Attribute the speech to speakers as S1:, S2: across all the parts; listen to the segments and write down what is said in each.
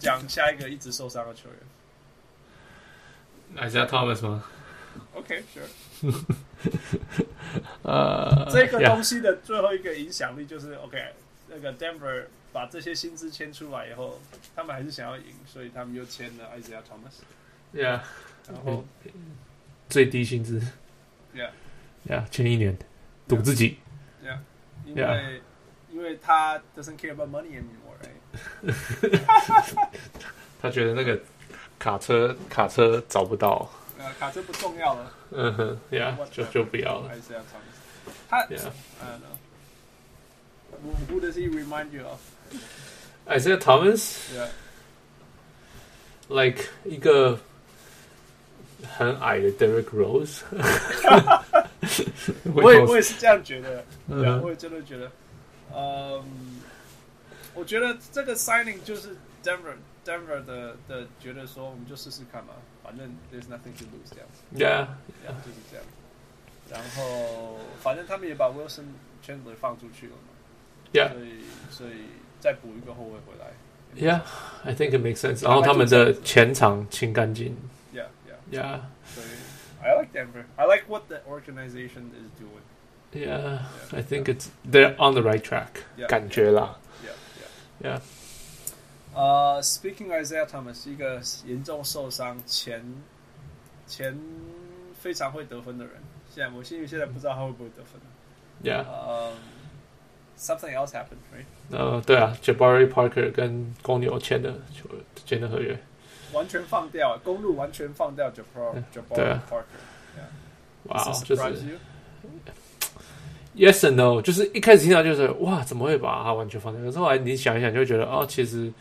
S1: 想下一个一直受伤的球员。
S2: i s a Thomas 吗？
S1: OK，sure。
S2: 呃，
S1: 这个
S2: yeah
S1: 东西的最后一个影响力就是 OK，那个 Denver 把这些薪资签出来以后，他们还是想要赢，所以他们又签了 Isaiah Thomas，
S2: yeah
S1: 然
S2: 嗯
S1: 后
S2: 最低薪资
S1: Yeah
S2: yeah 签一年，赌自己。
S1: Yeah，因
S2: Yeah
S1: 为因为他 doesn't care about money anymore，right？
S2: 他觉得那个卡车卡车找不到，
S1: 呃，卡车不重要了
S2: 嗯哼，yeah 就就不要了
S1: ，Isaiah Thomas，他
S2: ，yeah。
S1: I don't know。Who who does he remind you of?
S2: Isaiah Thomas
S1: Yeah,
S2: like 一个很矮的 Derek Rose，
S1: 我也我也是这样觉得。对啊，
S2: 嗯
S1: 我也真的觉得，嗯，我觉得 Um, 这个 signing 就是 Denver Denver 的的觉得说，我们就试试看嘛，反正 there's nothing to lose 这样子，
S2: yeah
S1: 对啊，就是这样。然后反正他们也把 Wilson Chandler 放出去了嘛，
S2: yeah
S1: 所以所以再补一个后卫回来
S2: yeah I think it makes sense。然后他们的前场清干净
S1: ，Yeah Yeah，
S2: ，yeah
S1: 所以 I like Denver, I like what the organization is doing.
S2: yeah I think it's they're on the right track，
S1: Yeah
S2: 感觉啦
S1: Yeah Yeah.
S2: ，yeah
S1: 呃、s p e a k i n g Isaiah Thomas 是一个严重受伤前前非常会得分的人。现在我心里现在不知道他会不会得分。
S2: yeah。
S1: 呃、s o m e t h i n g else happened, right？
S2: 呃，对啊，Jabari Parker 跟公牛签的球签的合约，
S1: 完全放掉，公路完全放掉 Jabbar
S2: 嗯对
S1: Jabbar
S2: 啊
S1: Parker。
S2: 哇，就
S1: surprise
S2: 是
S1: you？
S2: Yes and No，就是一开始听到就是哇，怎么会把他完全放掉？可是后来你想一想，就会觉得哦，其实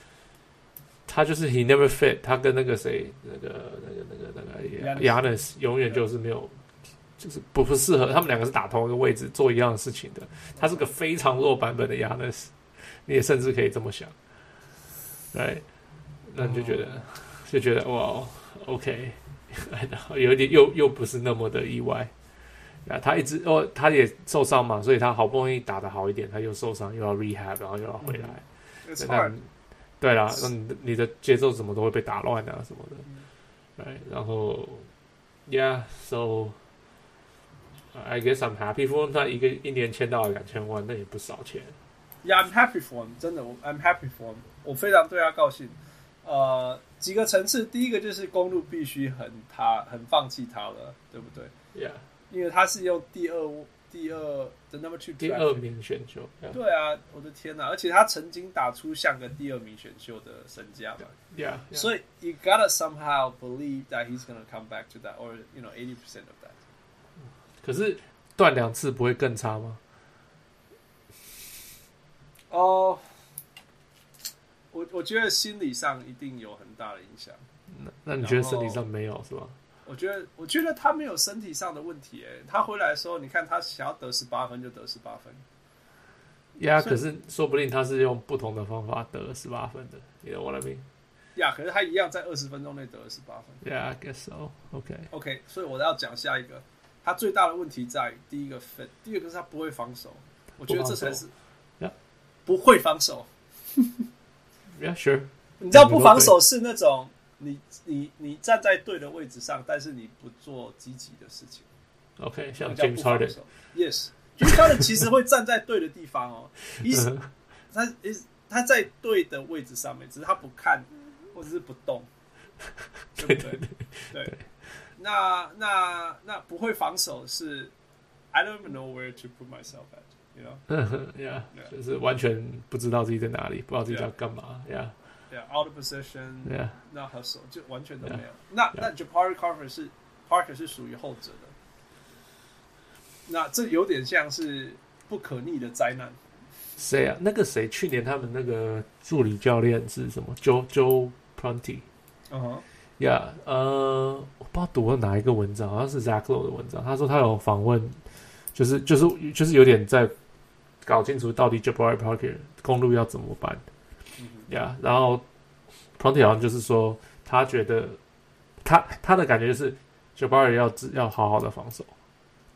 S2: 他就是 He never fit，他跟那个谁，那个那个那个那个
S1: Giannis
S2: Yanis 永远就是没有，就是不不适合，他们两个是打同一个位置做一样的事情的，他是个非常弱版本的 Yanis，你也甚至可以这么想，对，那你就觉得、就觉得哇，OK，有点又又不是那么的意外。啊，他一直哦，他也受伤嘛，所以他好不容易打得好一点，他又受伤，又要 rehab，然后又要回来。
S1: It's
S2: 那
S1: hard.
S2: 对啦，那你的你的节奏怎么都会被打乱啊什么的。对，然后，yeah，so I guess I'm happy for him. 他一个一年签到了两千万，那也不少钱。
S1: Yeah, I'm happy for him. 真的，我 I'm happy for him. 我非常对他高兴。呃、几个层次，第一个就是公路必须很他很放弃他了，对不对？
S2: Yeah，
S1: 因为他是用第二第二的 number two
S2: 第二名选秀。Yeah，
S1: 对啊，我的天呐、而且他曾经打出像个第二名选秀的身价嘛，
S2: yeah, yeah.
S1: 所以 you gotta somehow believe that he's gonna come back to that or you know eighty percent of that。
S2: 可是断两次不会更差吗？
S1: 哦、我我觉得心理上一定有很大的影响。
S2: 那那你觉得
S1: 然后
S2: 身体上没有是吧？
S1: 我觉得，我觉得他没有身体上的问题、诶，他回来的时候，你看他想要得十八分就得十八分，
S2: 呀、
S1: 所以
S2: 可是说不定他是用不同的方法得十八分的，You know what I mean?
S1: 呀、可是他一样在二十分钟内得了十八分。
S2: Yeah, I guess so. OK.
S1: OK，所以我要讲下一个，他最大的问题在于第一个 fit，第二个是他不会防守，我觉得这才是
S2: 不防守 Yeah
S1: 不会防守。
S2: Yeah, sure.
S1: 你
S2: 嗯
S1: 知道不防守是那种你你你站在对的位置上，但是你不做积极的事情，
S2: OK，像
S1: 叫不
S2: James
S1: 防
S2: Harden，
S1: 守。Yes，James Harden 其实会站在对的地方 哦，一
S2: 嗯
S1: 他 is 他在对的位置上面，只是他不看或者是不 动，对不对？对。那那那不会防守是，I don't even know where to put myself at，you know，
S2: 嗯哼，Yeah，
S1: Yeah
S2: 就是完全不知道自己在哪里，不知道自己
S1: Yeah
S2: 要干嘛。Yeah，Yeah，
S1: 对啊，out of position，那 hustle 就完全都没有。那
S2: Yeah
S1: 那 Jabari Parker 是 Parker 是属于后者的，那这有点像是不可逆的灾难。
S2: 谁啊？那个谁，去年他们那个助理教练是什么？Joe Joe Prunty。
S1: 嗯哼，
S2: Yeah，呃，我不知道读了哪一个文章，好像是 Zach Lowe 的文章，他说他有访问，就是就是就是有点在搞清楚到底 Jabari Parker 公路要怎么办。
S1: 嗯哼，
S2: 呀、然后 Pronty 好像就是说，他觉得他他的感觉就是九八二要自要好好的防守，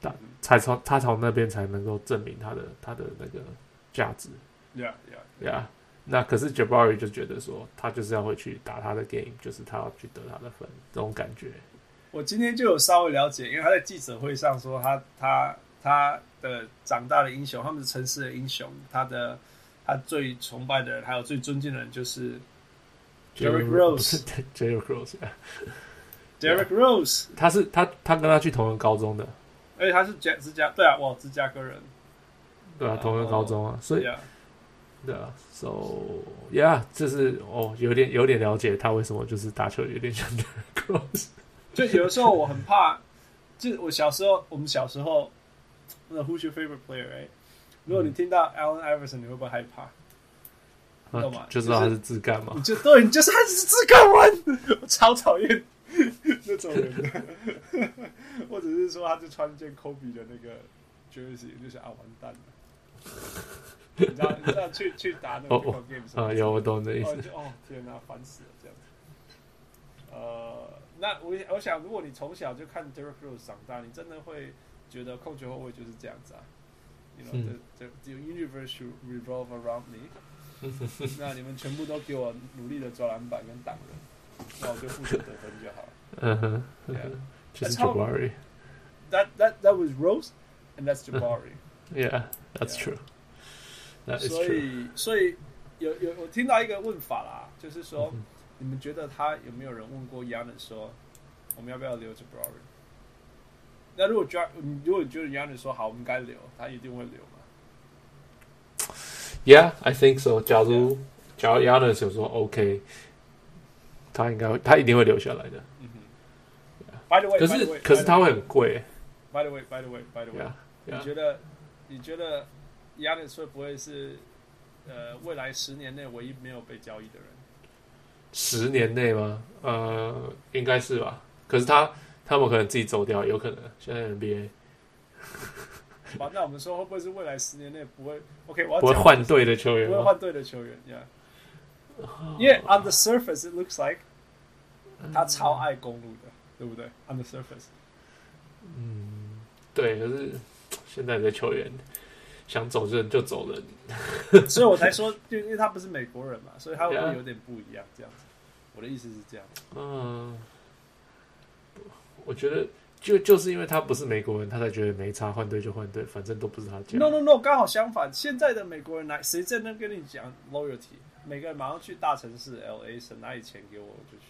S2: 但
S1: 嗯
S2: 才从他从那边才能够证明他的他的那个价值
S1: ，Yeah Yeah，
S2: 呀。那可是 Jabari 就觉得说，他就是要回去打他的 game，就是他要去得他的分，这种感觉。
S1: 我今天就有稍微了解，因为他在记者会上说他他他的长大的英雄，他们城市的英雄，他的他最崇拜的人，还有最尊敬的人就是 Derrick Rose
S2: Jerry Rose，
S1: Derrick Rose，
S2: 他是他他跟他去同一个高中的，
S1: 而且他是加芝加对啊，哇，芝加哥人，
S2: 对啊，
S1: 哦
S2: 同一个高中啊，所
S1: 对
S2: 以
S1: 啊，
S2: 对啊，so yeah，这是哦，有点有点了解他为什么就是打球有点像 Derrick Rose，
S1: 就有的时候我很怕，就我小时候，我们小时候，那 Who's your favorite player？、right? 如
S2: 嗯
S1: 果你听到 Allen Iverson，你会不会害怕？
S2: 啊
S1: 懂吗
S2: 就知道他
S1: 就是
S2: 是自干嘛
S1: 你。就对，你就是他只是自干完，我超讨厌那种人的，或者是说他就穿一件 Kobe 的那个 jersey，你就想啊完蛋了。你知道，你知道去去打那个
S2: 哦
S1: p i c
S2: 哦
S1: game 的时候
S2: 啊，有我懂你的意思
S1: 哦，。就哦天哪、烦死了这样子。呃，那我我想，如果你从小就看 Derek Rose 长大，你真的会觉得控球后卫就是这样子啊。You know,
S2: 嗯
S1: the, the, the universe should revolve around me 。那你们全部都给我努力的抓篮板跟挡人，那我就负责得分就好了。
S2: 嗯哼，嗯
S1: 哦 Yeah.
S2: 哼就是
S1: That's how-
S2: Jabari。
S1: That that that was Rose, and that's Jabari.
S2: Yeah, that's
S1: Yeah.
S2: true. That is
S1: 所
S2: true.
S1: 以，所以有有我听到一个问法啦，就是说，
S2: 嗯
S1: 你们觉得他有没有人问过 Yanis 说，我们要不要留 Jabari？那如果 j a 如果你觉得 Yanis 说好，我们该留，他一定会留嘛？
S2: Yeah, I think so. 假如假如 Yanis 有说 OK，他应该会，他一定会留下来的。
S1: 嗯哼。By the way，
S2: 可
S1: by
S2: 是
S1: the way，
S2: 可是他
S1: by
S2: 会
S1: the
S2: 很贵。
S1: way，By the way，By the way，By the way，,
S2: Yeah,
S1: 你
S2: yeah.
S1: 觉得你觉得 Yanis 会不会是呃未来十年内唯一没有被交易的人？
S2: 十年内吗？呃，应该是吧。可是他他们可能自己走掉，有可能。现在 NBA
S1: 好吧，那我们说会不会是未来十年内不会？OK，我要
S2: 不会
S1: 讲
S2: 换队的球员
S1: 不会
S2: 吗？Oh
S1: 换队的球员，Yeah。因为 on the surface it looks like 他超爱公路的，对不对？on the surface，
S2: 嗯，对。可是现在的球员想走人就走人。
S1: 所以我才说，就因为他不是美国人嘛，所以他会
S2: Yeah
S1: 有点不一样这样子。我的意思是这样，
S2: 嗯，我觉得就就是因为他不是美国人，他才觉得没差，换队就换队，反正都不是他家。
S1: No no no，刚好相反，现在的美国人哪谁在那跟你讲 loyalty？每个人马上去大城市 L A，省哪里钱给我我就去。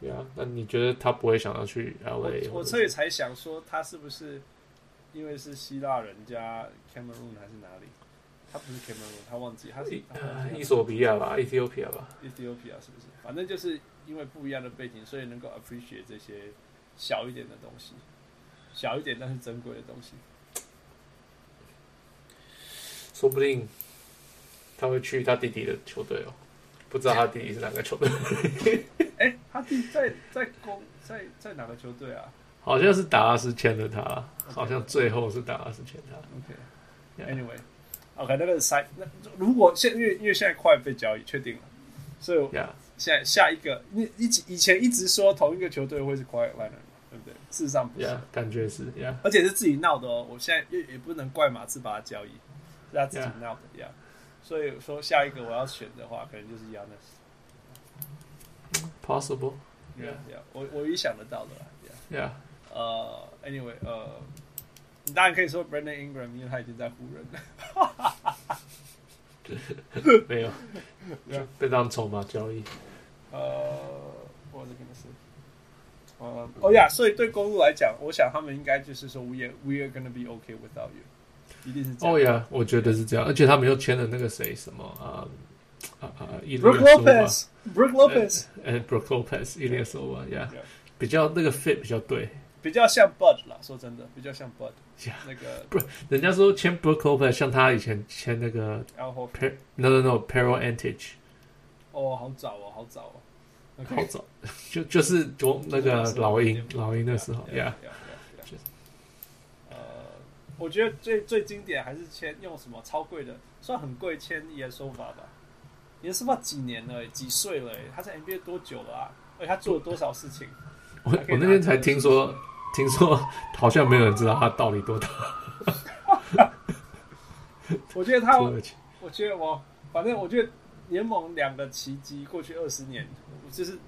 S2: 对啊，那你觉得他不会想要去 L A？
S1: 我我这里才想说，他是不是因为是希腊人加 Cameroon 还是哪里？他不是 Cameroon，他忘记他是他忘
S2: 呃
S1: 记
S2: 伊
S1: 他
S2: 索比亚吧，Ethiopia 吧，
S1: Ethiopia 是不是？反正就是因为不一样的背景，所以能够 appreciate 这些小一点的东西，小一点但是珍贵的东西。
S2: 说不定他会去他弟弟的球队哦，不知道他弟弟是哪个球队，
S1: 哎、他弟在在公在在哪个球队啊
S2: 好像是达拉斯签了他啦
S1: OK
S2: 好像最后是达拉斯签他。Yeah
S1: ？OK，Anyway，OK，、那个 side，那如果现因为因为现在快被交易确定了，所以我
S2: Yeah，
S1: 现在下一个，你一直以前一直说同一个球队会是 Quiet Liner，对不对？事实上不是
S2: yeah，感觉是 Yeah，
S1: 而且是自己闹的哦。我现在也也不能怪马刺把他交易，是他自己闹的呀。所以说下一个我要选的话，可能就是 Yanis。
S2: possible。
S1: Yeah,
S2: Yeah.
S1: yeah，我我也想得到的啦。Yeah.
S2: Yeah，
S1: 呃、a n y w a y 呃，你当然可以说 Brandon Ingram，因为他已经在湖人了。
S2: 没有
S1: Yeah.
S2: 被当筹码交易。
S1: 呃，我的可能是，呃，哦呀，所以对公路来讲，我想他们应该就是说，we are we are gonna be okay without you，一定是这样。
S2: 哦呀，我觉得是这样，而且他们又签了那个谁什么啊啊啊，伊
S1: Brook
S2: 列索吧，
S1: Lopez，Brook Lopez
S2: 呃，Brook Lopez，伊列索吧呀
S1: Yeah，
S2: 比较那个 fit 比较对。
S1: 比较像 Bud 啦，说真的，比较像 Bud
S2: Yeah。
S1: 那个
S2: 人家说签 Brook Lopez 像他以前签那个
S1: Al h o r
S2: Per No No No Peril Antage，
S1: 哦，好早哦，好早哦。OK
S2: 好早，就就是从那个老鹰老鹰的时候呀，
S1: Yeah, yeah, yeah, yeah. 呃，我觉得最最经典还是签用什么超贵的，算很贵签耶稣法吧。耶稣法几年了，几岁了？他在 NBA 多久了啊？而且他做了多少事情？
S2: 我我那天才听说听说好像没有人知道他到底多大
S1: 我觉得他，
S2: 多少钱。
S1: 我觉得我反正我觉得联盟两个奇迹，过去二十年，就是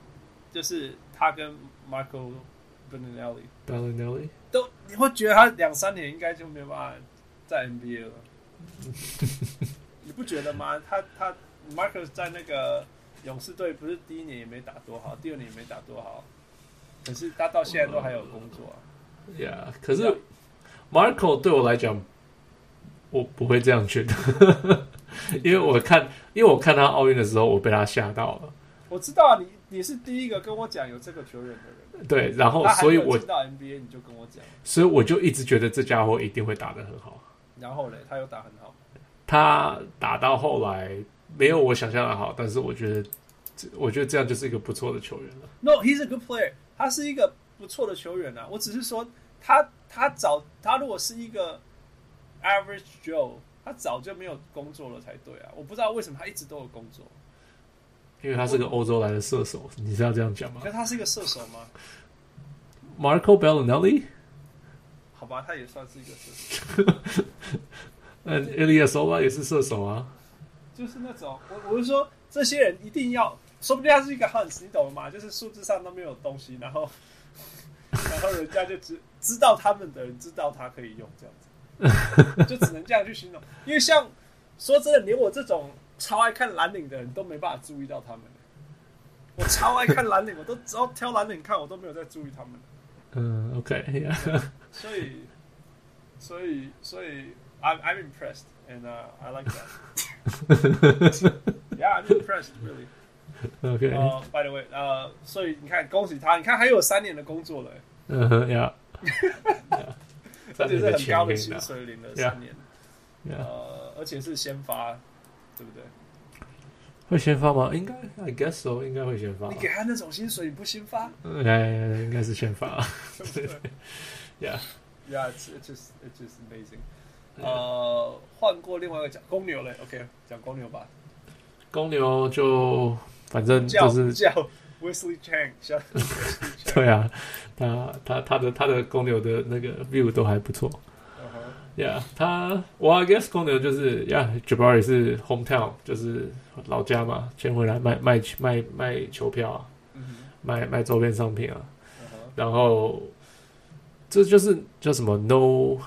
S1: 就是他跟 Marco Bellinelli
S2: b a l i n e l l i
S1: 都，你会觉得他两三年应该就没有办法在 NBA 了，你不觉得吗？他他 Marco 在那个勇士队不是第一年也没打多好，第二年也没打多好，可是他到现在都还有工作啊、
S2: Yeah，可是 Marco 对我来讲，我不会这样觉得， 因为我看，因为我看他奥运的时候，我被他吓到了。
S1: 我知道你你是第一个跟我讲有这个球员的人，
S2: 对，然后
S1: 他还
S2: 哦所以
S1: 没有
S2: 我
S1: 进到 NBA 你就跟我讲，
S2: 所以我就一直觉得这家伙一定会打得很好。
S1: 然后嘞他又打很好，
S2: 他打到后来没有我想象的好，但是我觉得，我觉得这样就是一个不错的球员了。
S1: No, he's a good player. 他是一个不错的球员啊。我只是说他，他早他如果是一个 average Joe，他早就没有工作了才对啊。我不知道为什么他一直都有工作。
S2: 因为他是个欧洲来的射手，你是要这样讲吗
S1: 可是他是一个射手吗？
S2: ？Marco Bellinelli，
S1: 好吧，他也算是一个射手，
S2: 那 Ilya Sola 也是射手啊。
S1: 就是那种我我是说，这些人一定要，说不定他是一个 Hans，你懂吗？就是数字上都没有东西，然后 然后人家就知知道他们的人知道他可以用这样子。就只能这样去形容。因为像说真的，连我这种超爱看蓝领的人都没办法注意到他们。我超爱看蓝领，我都只要挑蓝领看，我都没有在注意他们。
S2: 嗯，OK，yeah，
S1: 所以，所以，所以，I'm I'm impressed and、uh, I like that. Yeah, I'm impressed really.
S2: OK，
S1: 呃、b y the way，呃、所以你看，恭喜他，你看还有三年的工作了、
S2: 嗯 哼呀，
S1: 而
S2: 三
S1: 且
S2: 年
S1: 是
S2: 的
S1: 很高的
S2: 钱给你
S1: 薪
S2: 拿
S1: 水领了三年，
S2: 啊，yeah，
S1: 呃，而且是先发，对不对？
S2: 啊会先发吗？应该，I guess so，应该会先发
S1: 你。给他那种薪水，你不先发？
S2: 嗯哎，应该是先发。
S1: 对不对
S2: Yeah，
S1: Yeah, it's it's just it's just amazing. 呃，换过另外一个讲公牛嘞，OK，讲公牛吧。
S2: 公牛就反正
S1: 叫
S2: 嗯就是
S1: 叫 Wesley Chang，叫 Wesley Chang。
S2: 对啊，他他他的他的公牛的那个 view 都还不错。
S1: 嗯哼
S2: Yeah，他我 I guess 公牛就是 Yeah，Jabari 是 hometown，就是老家嘛，迁回来卖卖卖卖球票啊，
S1: 嗯哼
S2: 卖卖周边商品啊，
S1: 嗯哼
S2: 然后这就是叫什么 no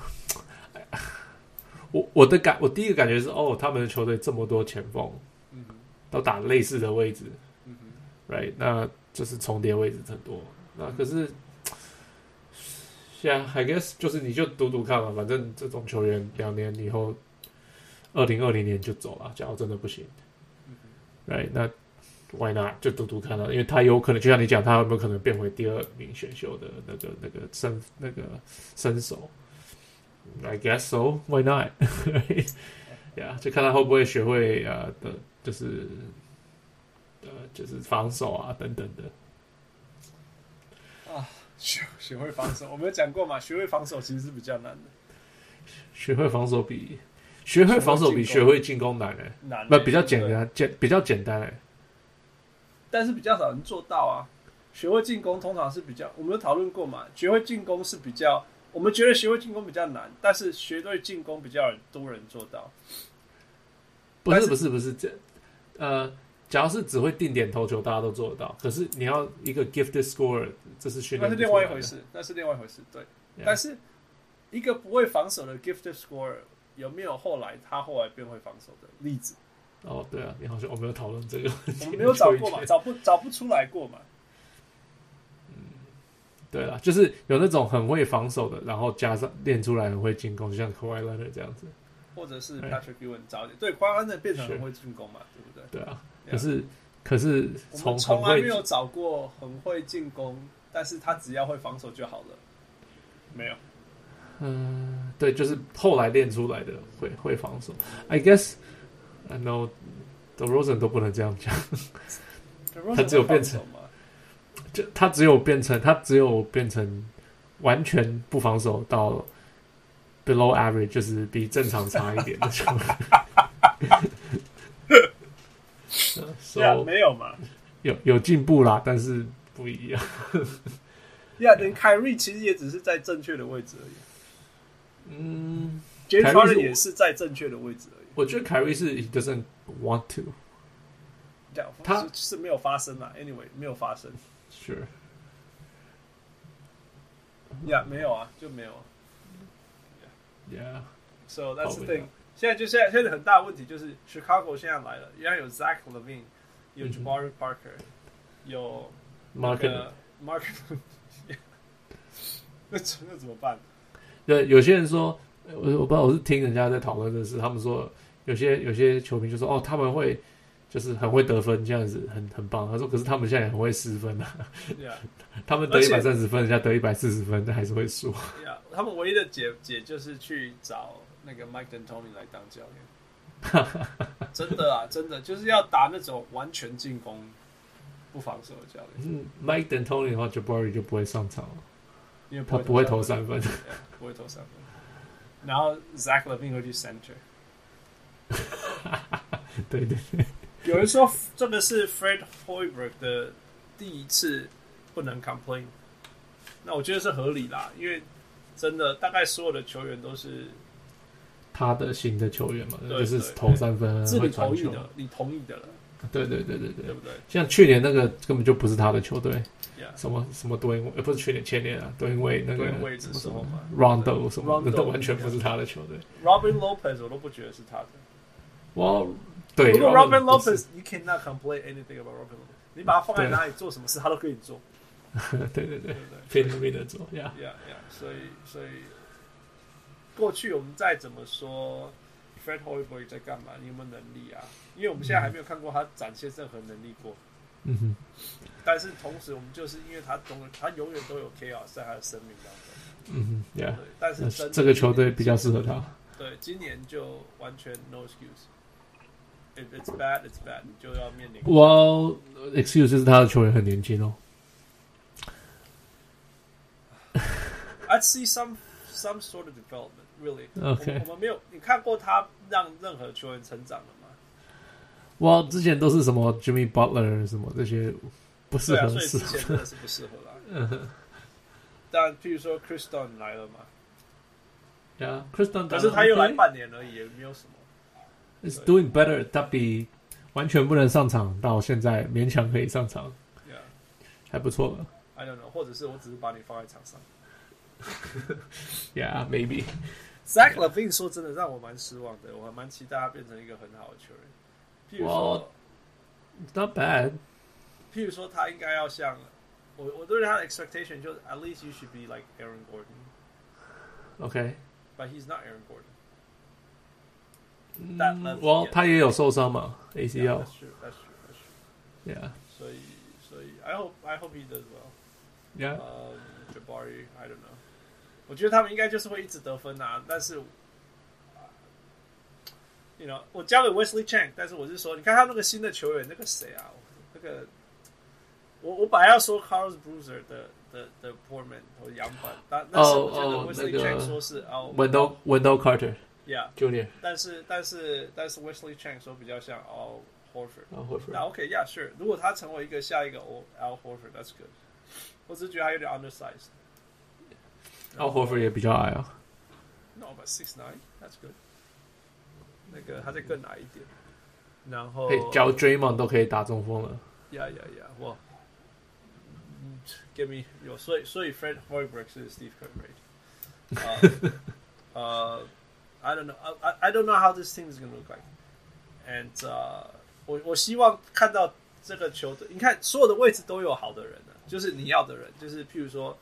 S2: 我。我的感，我第一个感觉是，哦，他们的球队这么多前锋
S1: 嗯哼
S2: 都打类似的位置
S1: 嗯哼
S2: ，right？那就是重叠位置很多。那可是，现在 I guess 就是你就赌赌看嘛，反正这种球员两年以后，二零二零年就走了。假如真的不行
S1: 嗯
S2: ，right？那 why not 就赌赌看了、因为他有可能，就像你讲，他有没有可能变回第二名选秀的那个那个身那个身手？I guess so. Why not? yeah，就看他会不会学会呃的，就是呃就是防守啊等等的。
S1: 哼啊，学学会防守，我们有讲过嘛，学会防守其实是比较难的，
S2: 学会防守比学会防守比学会进攻难哎、
S1: 难
S2: 那
S1: 嘞
S2: 比较简。
S1: 对
S2: 单，简比较简单哎、
S1: 但是比较少人做到啊。学会进攻通常是比较，我们有讨论过嘛，学会进攻是比较，我们觉得学会进攻比较难，但是学会进攻比较多人做到。
S2: 不
S1: 但
S2: 是
S1: 是
S2: 不是不是这呃，假如是只会定点投球，大家都做得到。可是你要一个 gifted scorer，这是训
S1: 那是
S2: 练不出
S1: 另
S2: 来
S1: 外一
S2: 的
S1: 回。事，那是另外一回事。对
S2: Yeah
S1: 但是一个不会防守的 gifted scorer 有没有后来他后来变会防守的例 子？
S2: 哦，对啊，你好像我没有讨论这个，
S1: 我们没有找过嘛，
S2: 前
S1: 找不找不出来过嘛？
S2: 对啦，就是有那种很会防守的，然后加上练出来很会进攻，就像 Kawhi Leonard 这样子。
S1: 或者是
S2: 哎
S1: Patrick Ewing 早点对，快安的变成很
S2: 是
S1: 会进攻嘛，对不对？
S2: 对啊，
S1: Yeah
S2: 可是可是
S1: 我
S2: 从
S1: 们
S2: 很
S1: 从来
S2: 会
S1: 没有找过很会进攻，但是他只要会防守就好了。没有，
S2: 嗯，对，就是后来练出来的会会防守。I guess I know the Rosen 都不能这样讲，他只有变成
S1: 嘛，
S2: 就他只有变成他只有变成完全不防守到 below average，就是比正常差一点的球员。
S1: 对啊，
S2: 呃 so,
S1: 没有嘛。
S2: 有有进步啦，但是不一样。
S1: 呀，连凯瑞其实也只是在正确的位置而已
S2: 嗯，
S1: ，James
S2: Kyrie 是
S1: Harden
S2: 我
S1: 也是在正确的位置而已。
S2: 我觉得凯瑞是 he doesn't want to.
S1: 这样
S2: 他
S1: 就就是没有发生嘛。Anyway，没有发生
S2: Sure.
S1: 呀没有啊，就没有啊。
S2: Yeah.
S1: So that's the
S2: Probably
S1: thing
S2: not.。
S1: 现在就现在现在很大的问题就是 Chicago 现在来了，原来有 Zach Levine，有
S2: 嗯
S1: Jabari Parker，有
S2: Market.
S1: 呃 Mark，那怎那怎么办？
S2: 对，有些人说，呃我我不知道，我是听人家在讨论的是，他们说有些有些球迷就说，哦，他们会就是很会得分，这样子很很棒。他说，可是他们现在也很会失分啊，
S1: 对啊，
S2: 他们得一百
S1: 而且
S2: 三十分，人家得一百四十分，但还是会输。
S1: 对啊，他们唯一的解解就是去找那个 Mike D'Antoni 来当教练。真的啊，真的就是要打那种完全进攻不防守的教练，
S2: 嗯，Mike D'Antoni 的话，Jabari 就不会上场了，
S1: 因为
S2: 他不
S1: 不
S2: 会
S1: 投
S2: 投
S1: 三
S2: 三分。
S1: 分，对啊不会投三分。然后 Zach Levine 会去 center。
S2: 对对
S1: 有人说这个是 Fred Hoiberg 的第一次不能 complain，那我觉得是合理啦，因为真的大概所有的球员都是
S2: 他的型的球员嘛，
S1: 对
S2: 就是
S1: 对
S2: 投三分啊，
S1: 自
S2: 会
S1: 己
S2: 传
S1: 同意
S2: 球。
S1: 的，你同意的了，
S2: 对对对对
S1: 对
S2: 对，
S1: 不对
S2: 像去年那个根本就不是他的球队，
S1: ？Yeah，
S2: 什么什么多因，呃，不是去年前年啊，多因为那个
S1: 对位置时候嘛
S2: Rondo 什么的
S1: Rondo，
S2: 都完全不是他的球队。
S1: Robin Lopez 我都不觉得是他的。
S2: 哇，对，
S1: 如果 Robin
S2: 不是
S1: Lopez，you cannot complain anything about Robin Lopez，你把他放在
S2: 对
S1: 哪里做什么事，他都可以做，
S2: 对对对
S1: 对，不对？
S2: 拼了命的做呀。
S1: Yeah, yeah. 所以，所以过去我们再怎么说 Fred h o y b e r g 在干嘛？你有没有能力啊？因为我们现在还没有看过他展现任何能力过。
S2: 嗯哼，
S1: 但是同时，我们就是因为他总他永远都有 chaos 在他的生命当中。
S2: 嗯哼呀，
S1: 对，但是真
S2: 那
S1: 的
S2: 这个球队比较适合他。
S1: 对，今年就完全 no excuse。If it's bad, it's bad，你就要面临。
S2: 哇，excuse 就是他的球员很年轻哦。
S1: I'd see some some sort of development, really. 我
S2: OK，
S1: 们我们没有，你看过他让任何球员成长了吗？
S2: 哇，之前都是什么 Jimmy Butler 什么这些不适
S1: 对啊，
S2: 合
S1: 所以
S2: 适
S1: 之
S2: 合。
S1: 前真的是不适合啦。
S2: 嗯哼
S1: 但譬如说 c h r i s t o n 来了嘛，
S2: 呀，Kristen，
S1: 可是他又来半年而已，也没有什么。
S2: ，is doing better，他比完全不能上场到现在勉强可以上场，
S1: Yeah,
S2: 还不错了。
S1: I don't know，或者是我只是把你放在场上。
S2: Yeah，maybe。
S1: Zach Levine 说真的让我蛮失望的，我还蛮期待他变成一个很好的球员。譬如说
S2: 我，Not bad。
S1: 譬如说他应该要像我，我对他的 expectation 就是 at least you should be like Aaron Gordon，but
S2: OK。
S1: he's not Aaron Gordon。That-
S2: 嗯
S1: that's-，
S2: 哇
S1: yeah.，
S2: 他也有受伤嘛，ACL
S1: that's。true, that's true, that's true.
S2: Yeah。
S1: 所以，所以 I hope I hope he does well.
S2: Yeah.
S1: 呃 j a b a r Um, i I don't know。我觉得他们应该就是会一直得分啊，但是、y o u know，我交给 Wesley Chang，但是我是说，你看他那个新的球员，那个谁啊，那个我我本来要说 Carlos Bruiser 的的的 Portman 和杨板，但但是我觉
S2: 哦哦
S1: 得 Wesley
S2: 那个
S1: Chang 说是哦
S2: Wendell Wendell Carter
S1: ，Yeah，
S2: Junior，
S1: 但是但是但是 Wesley Chang 说比较像 Al Horford。
S2: 然后 Horford
S1: 那 OK，Yeah、sure，如果他成为一个下一个 Al Al Horford，That's good。我只是觉得他有点 undersized。
S2: 然后 Horford 也比较矮啊。
S1: No, but six nine, that's good. 那个他再更矮一点，然后
S2: 嘿，只要 Draymond 都可以打中锋了。
S1: 呀呀呀，哇，嗯，give me 有，所以所以 Fred h o y b e r g 是 Steve Curry，呃呃，I uh, don't know, I I don't know how this team is gonna look like, and 呃，我我希望看到这个球队，你看所有的位置都有好的人了，就是你要的人，就是譬如说，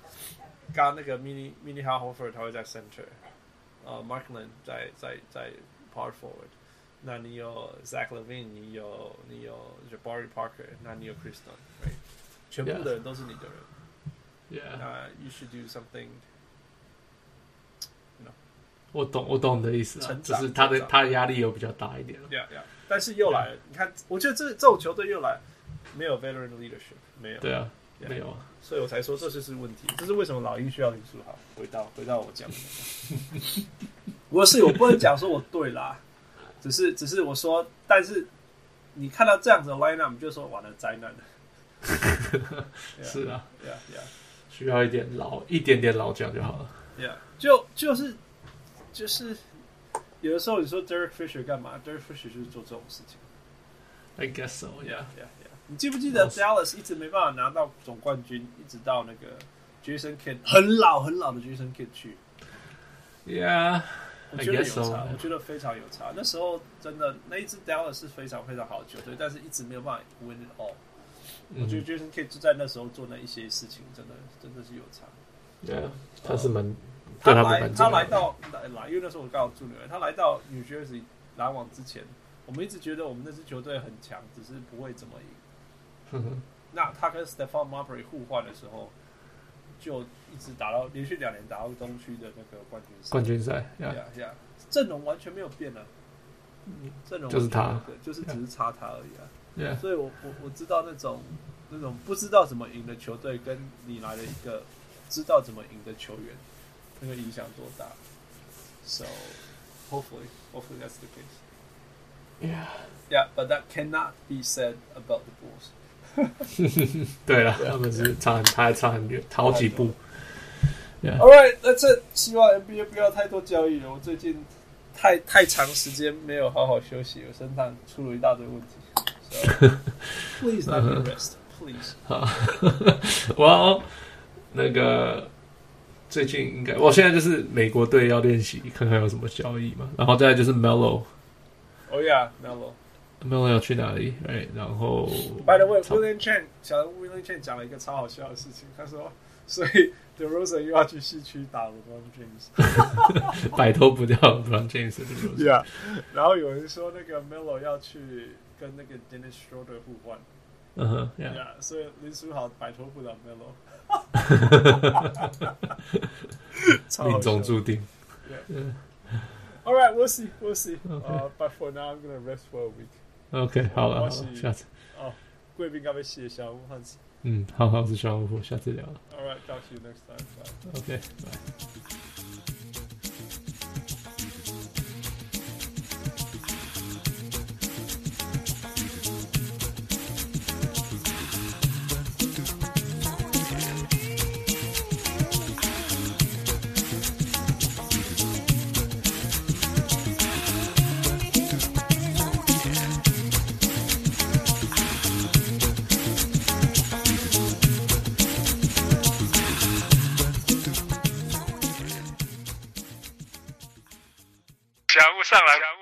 S1: 刚刚那个 Mini Mini h a l Hofer 他会在 Center，呃，Markland 在在在 Power Forward。那你有 Zach Levine，你有你有 Jabari Parker，那你有 Kristen，、right? 全部的人都是你的人。
S2: Yeah，
S1: 那 you should do something
S2: 我懂，我懂你的意思啊，
S1: 成
S2: 就
S1: 长
S2: 是他的
S1: 成长
S2: 他的压力有比较大一点了。
S1: yeah, yeah. 但是又
S2: 嗯
S1: 来了，你看，我觉得这这种球队又来，没有 veteran leadership，没有，
S2: 对啊，
S1: Yeah
S2: 没有啊。
S1: 所以我才说这就是问题，这是为什么老鹰需要林书豪。回到回到我讲 的，我是我不能讲说我对啦，只是只是我说，但是你看到这样子的 lineup，你就说完了灾 难了。Yeah
S2: 是啊，
S1: Yeah, yeah.
S2: 需要一点老一点点老将就好了。
S1: Yeah，就就是就是，有的时候你说 Derek Fisher 干嘛？Derek Fisher 就是做这种事情。
S2: I guess so. Yeah.
S1: Yeah, yeah.你记不记得 Dallas 一直没办法拿到总冠军，一直到那个 Jason Kidd 很老很老的 Jason Kidd 去，
S2: Yeah.
S1: 我
S2: I
S1: 觉得有
S2: guess
S1: 差
S2: so.
S1: 我觉得非常有差。那时候真的那一支 Dallas 是非常非常好的球队，但是一直没有办法 win it all。我
S2: 嗯
S1: 觉得 Jason Kidd 就在那时候做那一些事情，真的真的是有差。
S2: 嗯 Yeah，他是蛮对
S1: 他
S2: 他们
S1: 来
S2: 蛮重
S1: 他
S2: 要
S1: 来
S2: 的。
S1: 到来来，因为那时候我刚好住纽约，他来到 New Jersey 篮网之前，我们一直觉得我们那支球队很强，只是不会怎么赢。
S2: 嗯
S1: 那他跟 Stephon Marbury 互换的时候，就一直打到连续两年打到东区的那个冠军赛。
S2: 冠军赛，Yeah，
S1: 呀呀，阵容完全没有变啊，阵容
S2: 就是他
S1: 完全没有变，就是只是差他而已啊。
S2: Yeah，
S1: 所以我我我知道那种那种不知道怎么赢的球队，跟你来了一个知道怎么赢的球员，那个影响多大。So hopefully, hopefully that's the case.
S2: Yeah.
S1: Yeah, but that cannot be said about the Bulls.
S2: 对了，他们是差很，他还差很远，好几步。
S1: All right, that's it. 希望 NBA 不要太多交易了。我最近太太长时间没有好好休息，我身上出了一大堆问题。So, please let me rest, please.
S2: 哇，那个最近应该，我现在就是美国队要练习，看看有什么交易嘛。然后再来就是 Melo，Melo
S1: Oh yeah, Melo.
S2: 要去哪里？哎，然后
S1: By the way,
S2: 差不多
S1: William Chen 小人 William Chen 讲了一个超好笑的事情，他说， 所以 The Rosen 又要去西区打 LeBron James。
S2: 摆脱不掉 LeBron James 的这个
S1: Yeah，然后有人说那个 Melo 要去跟那个 Dennis Schroeder 互换。
S2: 嗯哼，Yeah，
S1: Yeah，所以林书豪摆脱不了 Melo。超好笑
S2: 命中注定。
S1: All right, we'll see, we'll see. Uh, but for now, I'm gonna rest for a week. Uh,
S2: OK，好了，好
S1: 我
S2: 了，
S1: 是
S2: 下次，
S1: 贵宾该被卸下，我们
S2: 嗯，好好，我是小老虎，下次聊了。
S1: All right, talk to you next time. Bye.
S2: OK，拜。
S3: 翔物上篮，翔